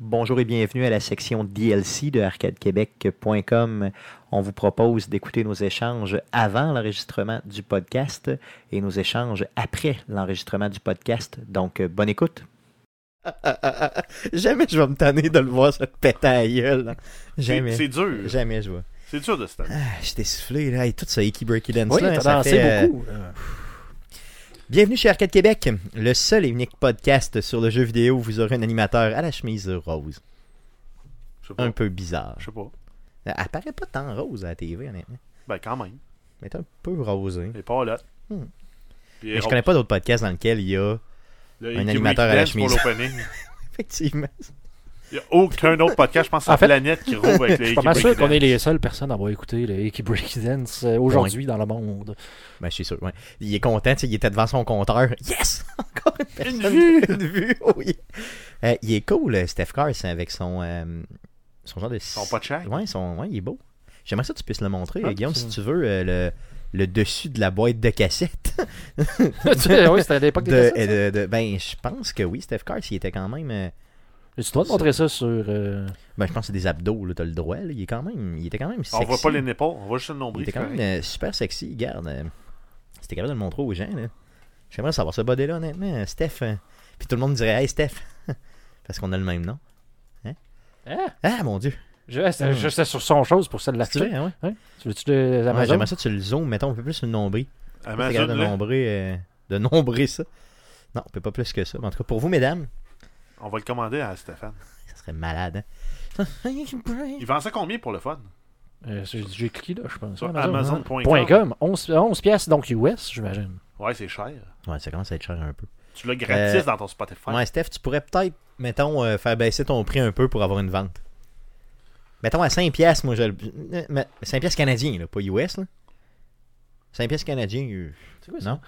Bonjour et bienvenue à la section DLC de arcadequebec.com. On vous propose d'écouter nos échanges avant l'enregistrement du podcast et nos échanges après l'enregistrement du podcast. Donc, euh, bonne écoute. Ah, ah, ah, ah. Jamais je vais me tanner de le voir se péter à la gueule. là. Jamais. C'est c'est dur. Jamais je vois. C'est dur de se tanner. Ah, j'étais soufflé, là. Et tout ce Icky Breaky Dance, Oui, là, t'as ça dansé fait, euh, beaucoup. là. Bienvenue chez Arcade Québec, le seul et unique podcast sur le jeu vidéo où vous aurez un animateur à la chemise rose. Je sais pas. Oh. Un peu bizarre. Je sais pas. Elle apparaît pas tant rose à la TV, honnêtement. Ben, quand même. Mais elle est un peu rosée. Les pas là. Hmm. Puis, Mais je on- connais pas d'autres podcasts dans lesquels il y a. le un Ricky Ricky animateur à la Dance pour chemise. l'opening. Effectivement. Il n'y a aucun autre podcast, je pense, sur En fait, la planète qui roule avec les Je suis pas mal sûr qu'on est les seules personnes à avoir écouté le Icky Break Dance euh, aujourd'hui dans le monde. Ben, je suis sûr, ouais. Il est content, tu sais, il était devant son compteur. Yes! Encore une personne. vue! Une vue, oui. Euh, il est cool, euh, Steph Carson, avec son, euh, son genre de... Son pas de chèque. Ouais, son... ouais, il est beau. J'aimerais ça que tu puisses le montrer, Ah, Guillaume, ça. si tu veux, euh, le... le dessus de la boîte de cassette. Tu sais, oui, c'était à l'époque des De, cassettes, ça. de- hein? de- Ben, je pense que oui, Steph Carson, il était quand même... euh, Tu dois te montrer ça sur. euh, Ben, je pense que c'est des abdos, là, t'as le droit, là. Il est quand même... Il était quand même On sexy. voit pas les nipples, on voit juste le Il nombril. était quand même euh, super sexy, garde. euh, C'était capable de le montrer aux gens, là. J'aimerais savoir ce body-là, honnêtement, euh, Steph. euh. Puis tout le monde dirait, hey, Steph. Parce qu'on a le même nom. hein? Ah, mon Dieu. Je- ah, c'est- J'étais sur son chose pour celle-là. C'est vrai, hein, Hein? Tu veux-tu les ouais. Ouais, Amazon? J'aimerais ça, tu le zoomes, mettons, un peu plus sur le nombril. T'es Amazon, capable de là, nombrer, euh, de nombrer ça. Non, on peut pas plus que ça. Mais en tout cas, pour vous, mesdames, on va le commander à Stéphane. ça serait malade. hein. Il vend ça combien pour le fun Euh, c'est- J'ai cliqué là, je pense. Sur Amazon. hein. Amazon.com. Point .com, 11, 11 piastres, donc US, j'imagine. Ouais, c'est cher. ouais, ça commence à être cher un peu. Tu l'as gratis dans ton Spotify. Ouais, Steph, tu pourrais peut-être, mettons, euh, faire baisser ton prix un peu pour avoir une vente. Mettons à 5 piastres, moi, je le... euh, mais 5 piastres canadiens, là, pas US, là. 5 piastres canadiens, euh, C'est quoi ça? Non.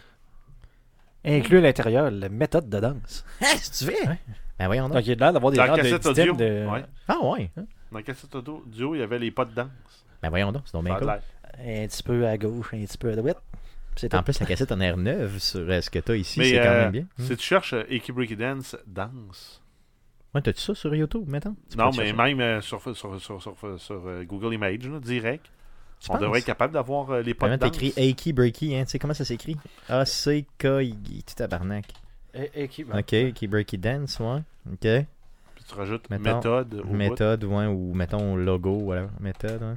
Inclus à l'intérieur la méthode de danse. Ah, c'est vrai? Ouais. Ben voyons donc. Donc, il y a de l'air d'avoir des Dans la genres de cassette systèmes audio. de- Ouais. Ah ouais? Dans la cassette audio, duo, il y avait les pas de danse. Ben voyons donc, c'est donc bien Ça a cool. l'air. Un petit peu à gauche, un petit peu à droite. Puis C'est En tout. plus, la cassette en air neuve sur euh, ce que t'as ici, Mais c'est quand euh, même bien. Hmm. si tu cherches euh, Icky Breaky Dance, danse. Ouais, t'as-tu ça sur YouTube, mettons? Tu Non, peux te mais chercher. même euh, sur, sur, sur, sur- sur, euh, Google Images, là, direct, Tu on penses? devrait être capable d'avoir euh, les pas de Vraiment, danse. t'écris Aki Breaky, hein, tu sais comment ça s'écrit? A-C-K-I, tu tabarnak. Et- et qui- Ah, Ok, Aki Breaky Dance, ouais. Ok. Puis tu rajoutes Mettons, méthode au bout. Méthode, ouais, ou mettons logo, voilà. Méthode, ouais.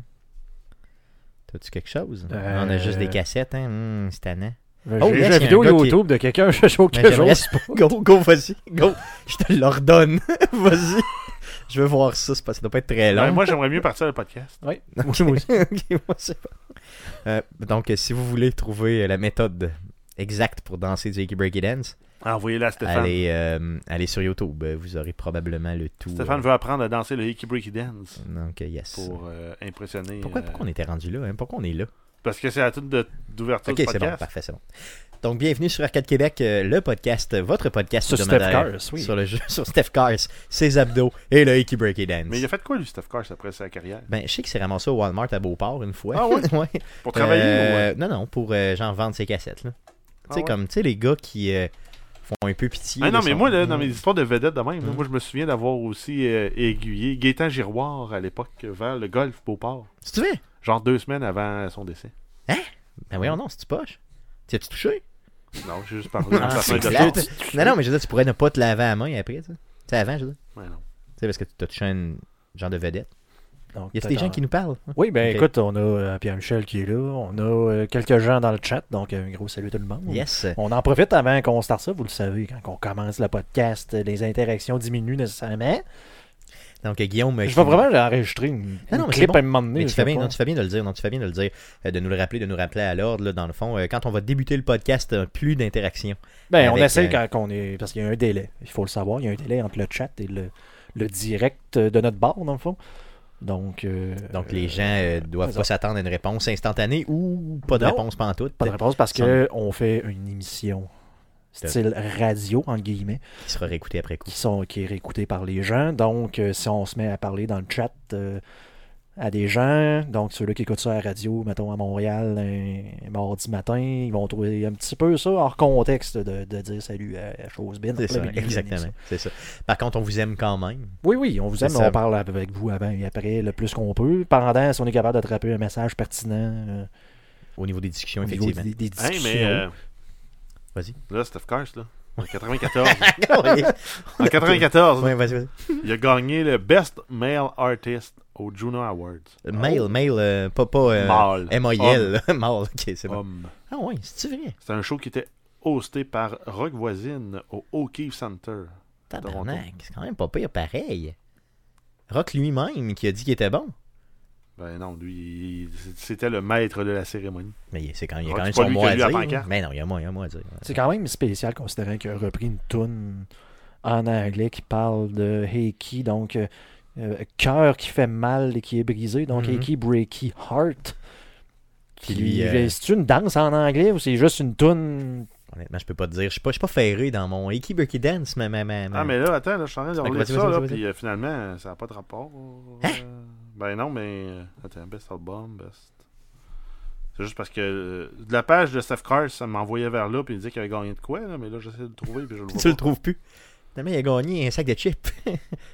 T'as-tu quelque chose? Euh, On a juste des cassettes, hein? Hmm, c'est tannant. J'ai Oh, j'ai yes, la il y a vidéo un gars qui- YouTube de quelqu'un, je sais Mais aucun jour. j'aimerais- Go, go, vas-y, go. Je te l'ordonne. vas-y. Je veux voir ça, c'est pas, ça doit pas être très long. Ben, moi, j'aimerais mieux partir le podcast. Oui. Ok, moi aussi. Ok, moi, c'est pas. Euh, donc, euh, si vous voulez trouver euh, la méthode exacte pour danser du Icky Breaky Dance, Envoyez-la à Stéphane. allez, euh, allez sur YouTube. Euh, Vous aurez probablement le tout. Stéphane euh, veut apprendre à danser le Hickey Breaky Dance Donc, euh, yes. pour euh, impressionner. Pourquoi, euh, pourquoi on était rendu là? hein? Pourquoi on est là? Parce que c'est la toute de- d'ouverture Ok, du c'est bon, podcast. parfait, c'est bon. Donc, bienvenue sur Arcade Québec, euh, le podcast, euh, votre podcast Sur Steph hebdomadaire Curse, oui. sur le jeu, sur Steph Cars, ses abdos et le Hickey Breaky Dance. Mais il a fait quoi, lui, Steph Cars, après sa carrière Ben, je sais qu'il s'est ramassé au Walmart à Beauport une fois. Ah ouais? Ouais. Pour travailler Ah Euh, Non, non, pour euh, genre vendre ses cassettes. Là. ou... tu sais, comme, tu sais, les gars qui euh, font un peu pitié. Ah non, là, mais sont- moi, là, dans mes histoires de vedettes de même, là, Mm. moi, je me souviens d'avoir aussi euh, aiguillé Gaétan Giroir à l'époque vers le golf Beauport. Si tu veux. Genre deux semaines avant son décès. Ben, voyons, non, si tu poches. Tu as-tu touché? Non, j'ai juste parlé de Ah, façon c'est de plate. sorte. Non, non, mais je veux dire, tu pourrais ne pas te laver à la main après, tu sais. Tu sais, avant, je veux dire. Ouais, non. Tu sais, parce que tu as touché un genre de vedette. Donc, Y a des gens qui nous parlent? hein? Oui, ben Ok. écoute, on a euh, Pierre-Michel qui est là, on a euh, quelques gens dans le chat, donc euh, un gros salut à tout le monde. Yes. On en profite avant qu'on starte ça, vous le savez, quand on commence le podcast, euh, les interactions diminuent Ben, nécessairement. Donc, euh, Guillaume. Je qui- vais vraiment enregistrer une, Ah non, une mais c'est clip bon. à un moment donné. Mais tu je fais, sais bien, pas. non, tu fais bien de le dire, non, tu fais bien de le dire, euh, de nous le rappeler, de nous rappeler à l'ordre, là, dans le fond. Euh, quand on va débuter le podcast, euh, plus d'interaction. Ben, on avec, essaie euh, quand on est. Parce qu'il y a un délai. Il faut le savoir. Il y a un délai entre le chat et le, le direct euh, de notre bar, dans le fond. Donc. euh, Donc, euh, les gens euh, doivent c'est pas s'attendre à une réponse instantanée ou pas de Non. réponse pantoute. Pas de réponse parce Ça me- qu'on fait une émission style radio, entre guillemets, Qui sera réécouté après coup. qui, sont, qui est réécoutée par les gens. Donc, euh, si on se met à parler dans le chat, euh, à des gens. Donc, ceux-là qui écoutent ça à la radio, mettons à Montréal, un mardi matin, ils vont trouver un petit peu ça hors contexte de, de dire salut à, à Chosebin. en C'est plein ça, milieu de l'année, ça. exactement. C'est ça. Par contre, on vous aime quand même. Oui, oui, on vous C'est aime, ça. on parle avec vous avant et après le plus qu'on peut. Pendant, si on est capable d'attraper un message pertinent euh, Au niveau des discussions, au niveau effectivement. des, des Hey, discussions. mais. euh, Vas-y. Là, Steph Cars, là. En 94. Oui. en 94, Ouais, vas-y, vas-y. il a gagné le Best Male Artist au Juno Awards. Oh. Mail, mail, euh, pas, pas euh, Mâle. M-A-I-L. Mâle, ok, c'est bon. Homme. Ah ouais, c'est vrai. C'est un show qui était hosté par Rock Voisine au O'Keefe Center. Tabarnak, c'est quand même pas pire pareil. Rock lui-même qui a dit qu'il était bon. Ben non, lui, il- c'était le maître de la cérémonie. Mais c'est quand, il y a Rock, quand même Ah, c'est pas son lui mot qui a à lu la dire. pancarte. Mais non, il y a moi, il y a moi à dire. C'est quand même spécial considérant qu'il a repris une toune en anglais qui parle de Heiki, donc euh, euh, cœur qui fait mal et qui est brisé, donc Mhm. Heiki Breaky Heart. Qui Qui lui, lui, euh, C'est une danse en anglais ou c'est juste une toune Honnêtement, je peux pas te dire. Je suis pas, je suis pas ferré dans mon Icky Burky Dance, mais. mais, mais- Ah, mais là, attends, là, je suis en train de Ok, relire vas-y, ça, vas-y, là, vas-y. Hein? puis euh, finalement, euh, ça n'a pas de rapport. euh, Ben non, mais. euh, Attends, Best Album, Best. C'est juste parce que euh, de la page de Steph Cars, ça m'envoyait vers là, puis il disait qu'il avait gagné de quoi, là, mais là, j'essaie de le trouver, puis je le vois. Tu le pas. trouves plus. Finalement, il a gagné un sac de chips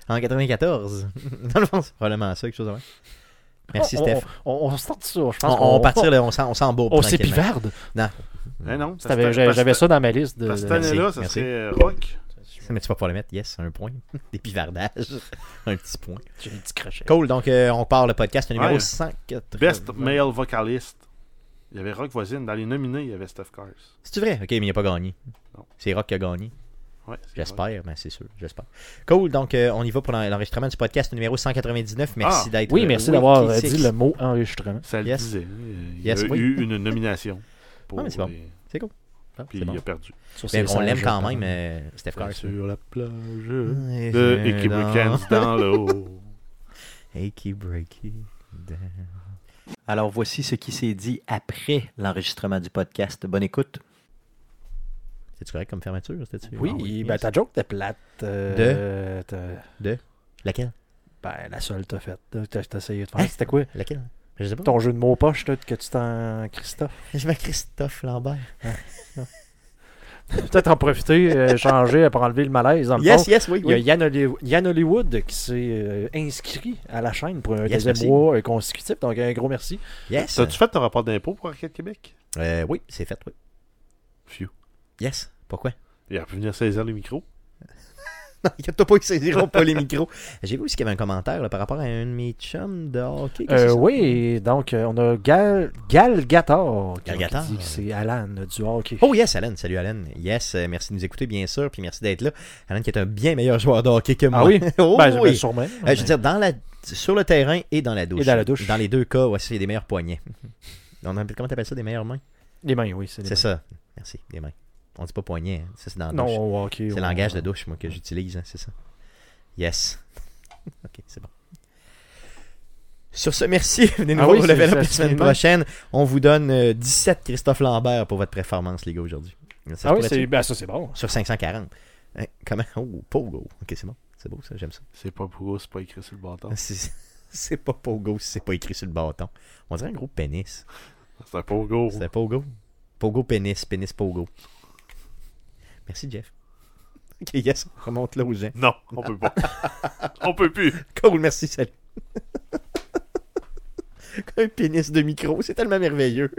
en 94. Dans le fond, c'est probablement ça, quelque chose de même. Merci, on, Steph. On, on, on sort de ça, je On, pense. on qu'on- partir, là, on s'en on s'en bourre On s'est tranquillement. pivarde. Eh non, parce T'avais- que- J'avais parce que- j'avais ça dans ma liste de. parce que Cette Merci, année-là, ça merci. serait euh, Rock. Mais tu vas pouvoir le mettre, yes, un point. Des pivardages. un petit point. J'ai un petit crochet. Cool, donc euh, on part le podcast le numéro Ouais. 180. Best Male Vocalist. Il y avait Rock Voisine. Dans les nominés, il y avait Steph Cars. C'est vrai? Ok, mais il n'a pas gagné. Non. C'est Rock qui a gagné. Ouais, c'est vrai. J'espère, mais c'est sûr, j'espère. Cool, donc euh, on y va pour l'en- l'enregistrement du podcast numéro 199. Merci Ah, d'être Oui, merci d'avoir euh, Wikisix. dit le mot enregistrement. Ça le Yes. disait. Il y Yes, a oui. eu une nomination. Pour Ouais, mais c'est bon. les- C'est cool. Ah, Puis c'est bon. il a perdu. Sur Ben, ces on l'aime singes, quand pardon. même, euh, Steph Carr. Sur la plage Et de je Equibicans dans l'eau. Achy breaky. down. Alors voici ce qui s'est dit après l'enregistrement du podcast. Bonne écoute. C'est-tu correct comme fermeture? c'était-tu? Oui, Ah ben, yes. ta joke était plate. euh, t'as- Laquelle? Ben, la seule t'as faite. là, T'as t'as essayé de Hein? faire. C'était quoi Laquelle? Je sais pas. Ton jeu de mots poche, là, que tu t'en. Christophe. Je m'appelle Christophe Lambert. Peut-être en profiter, euh, changer pour enlever le malaise. Dans le Yes, fond. yes, oui, Il y a oui. Yann, Holly- Yann Hollywood qui s'est euh, inscrit à la chaîne pour un Yes, deuxième merci. mois euh, consécutif. Donc, un gros merci. Yes. T'as-tu fait ton rapport d'impôt pour Arcade Québec? Euh, oui, c'est fait, oui. Phew. Yes. Pourquoi? Il a pu venir saisir les micros. Non, inquiète-toi pas, ils saisiront pas les micros. J'ai vu aussi qu'il y avait un commentaire là, par rapport à un de mes chums de hockey. qu'est-ce que Euh, c'est ça? oui, donc, euh, on a Gal, Gal Gator qui, Gal Gator. qui dit que c'est Alan du hockey. Oh yes, Alan. Salut Alan. Yes, euh, merci de nous écouter, bien sûr, puis merci d'être là. Alan qui est un bien meilleur joueur de hockey que moi. ah oui? oh, ben, oui. ben, sûrement. Euh, je veux dire, dans la, sur le terrain et dans la douche. Et dans la douche. les deux cas, ouais, c'est des meilleurs poignets. On a, comment t'appelles ça, des meilleures mains Les mains, oui. C'est les C'est ça. Merci, des mains. On dit pas poignets, hein. ça c'est dans la mains. douche. Non, au Ah hockey. C'est le on- langage de douche, moi, que j'utilise, hein, c'est ça. Yes. ok, c'est bon. Sur ce, merci. Venez nous Ah voir oui, au c'est- level up c'est la assez semaine évident. prochaine. On vous donne euh, 17 Christophe Lambert pour votre performance, les gars, aujourd'hui. Ça se Ah oui, pourrait-tu? c'est- ben, ça, c'est bon. Sur 540. Hein, comment? Oh, Pogo. Ok, c'est bon. C'est beau, ça. J'aime ça. C'est pas pour eux, c'est pas écrit sur le bâton. C'est c'est pas Pogo si c'est pas écrit sur le bâton. On dirait un gros pénis. C'est un pogo. C'était Pogo. Pogo pénis. Pénis Pogo. Merci, Jeff. Ok, yes. Remonte là aux gens. Non, on peut pas. on peut plus. Cool, merci, salut. Un pénis de micro, c'est tellement merveilleux.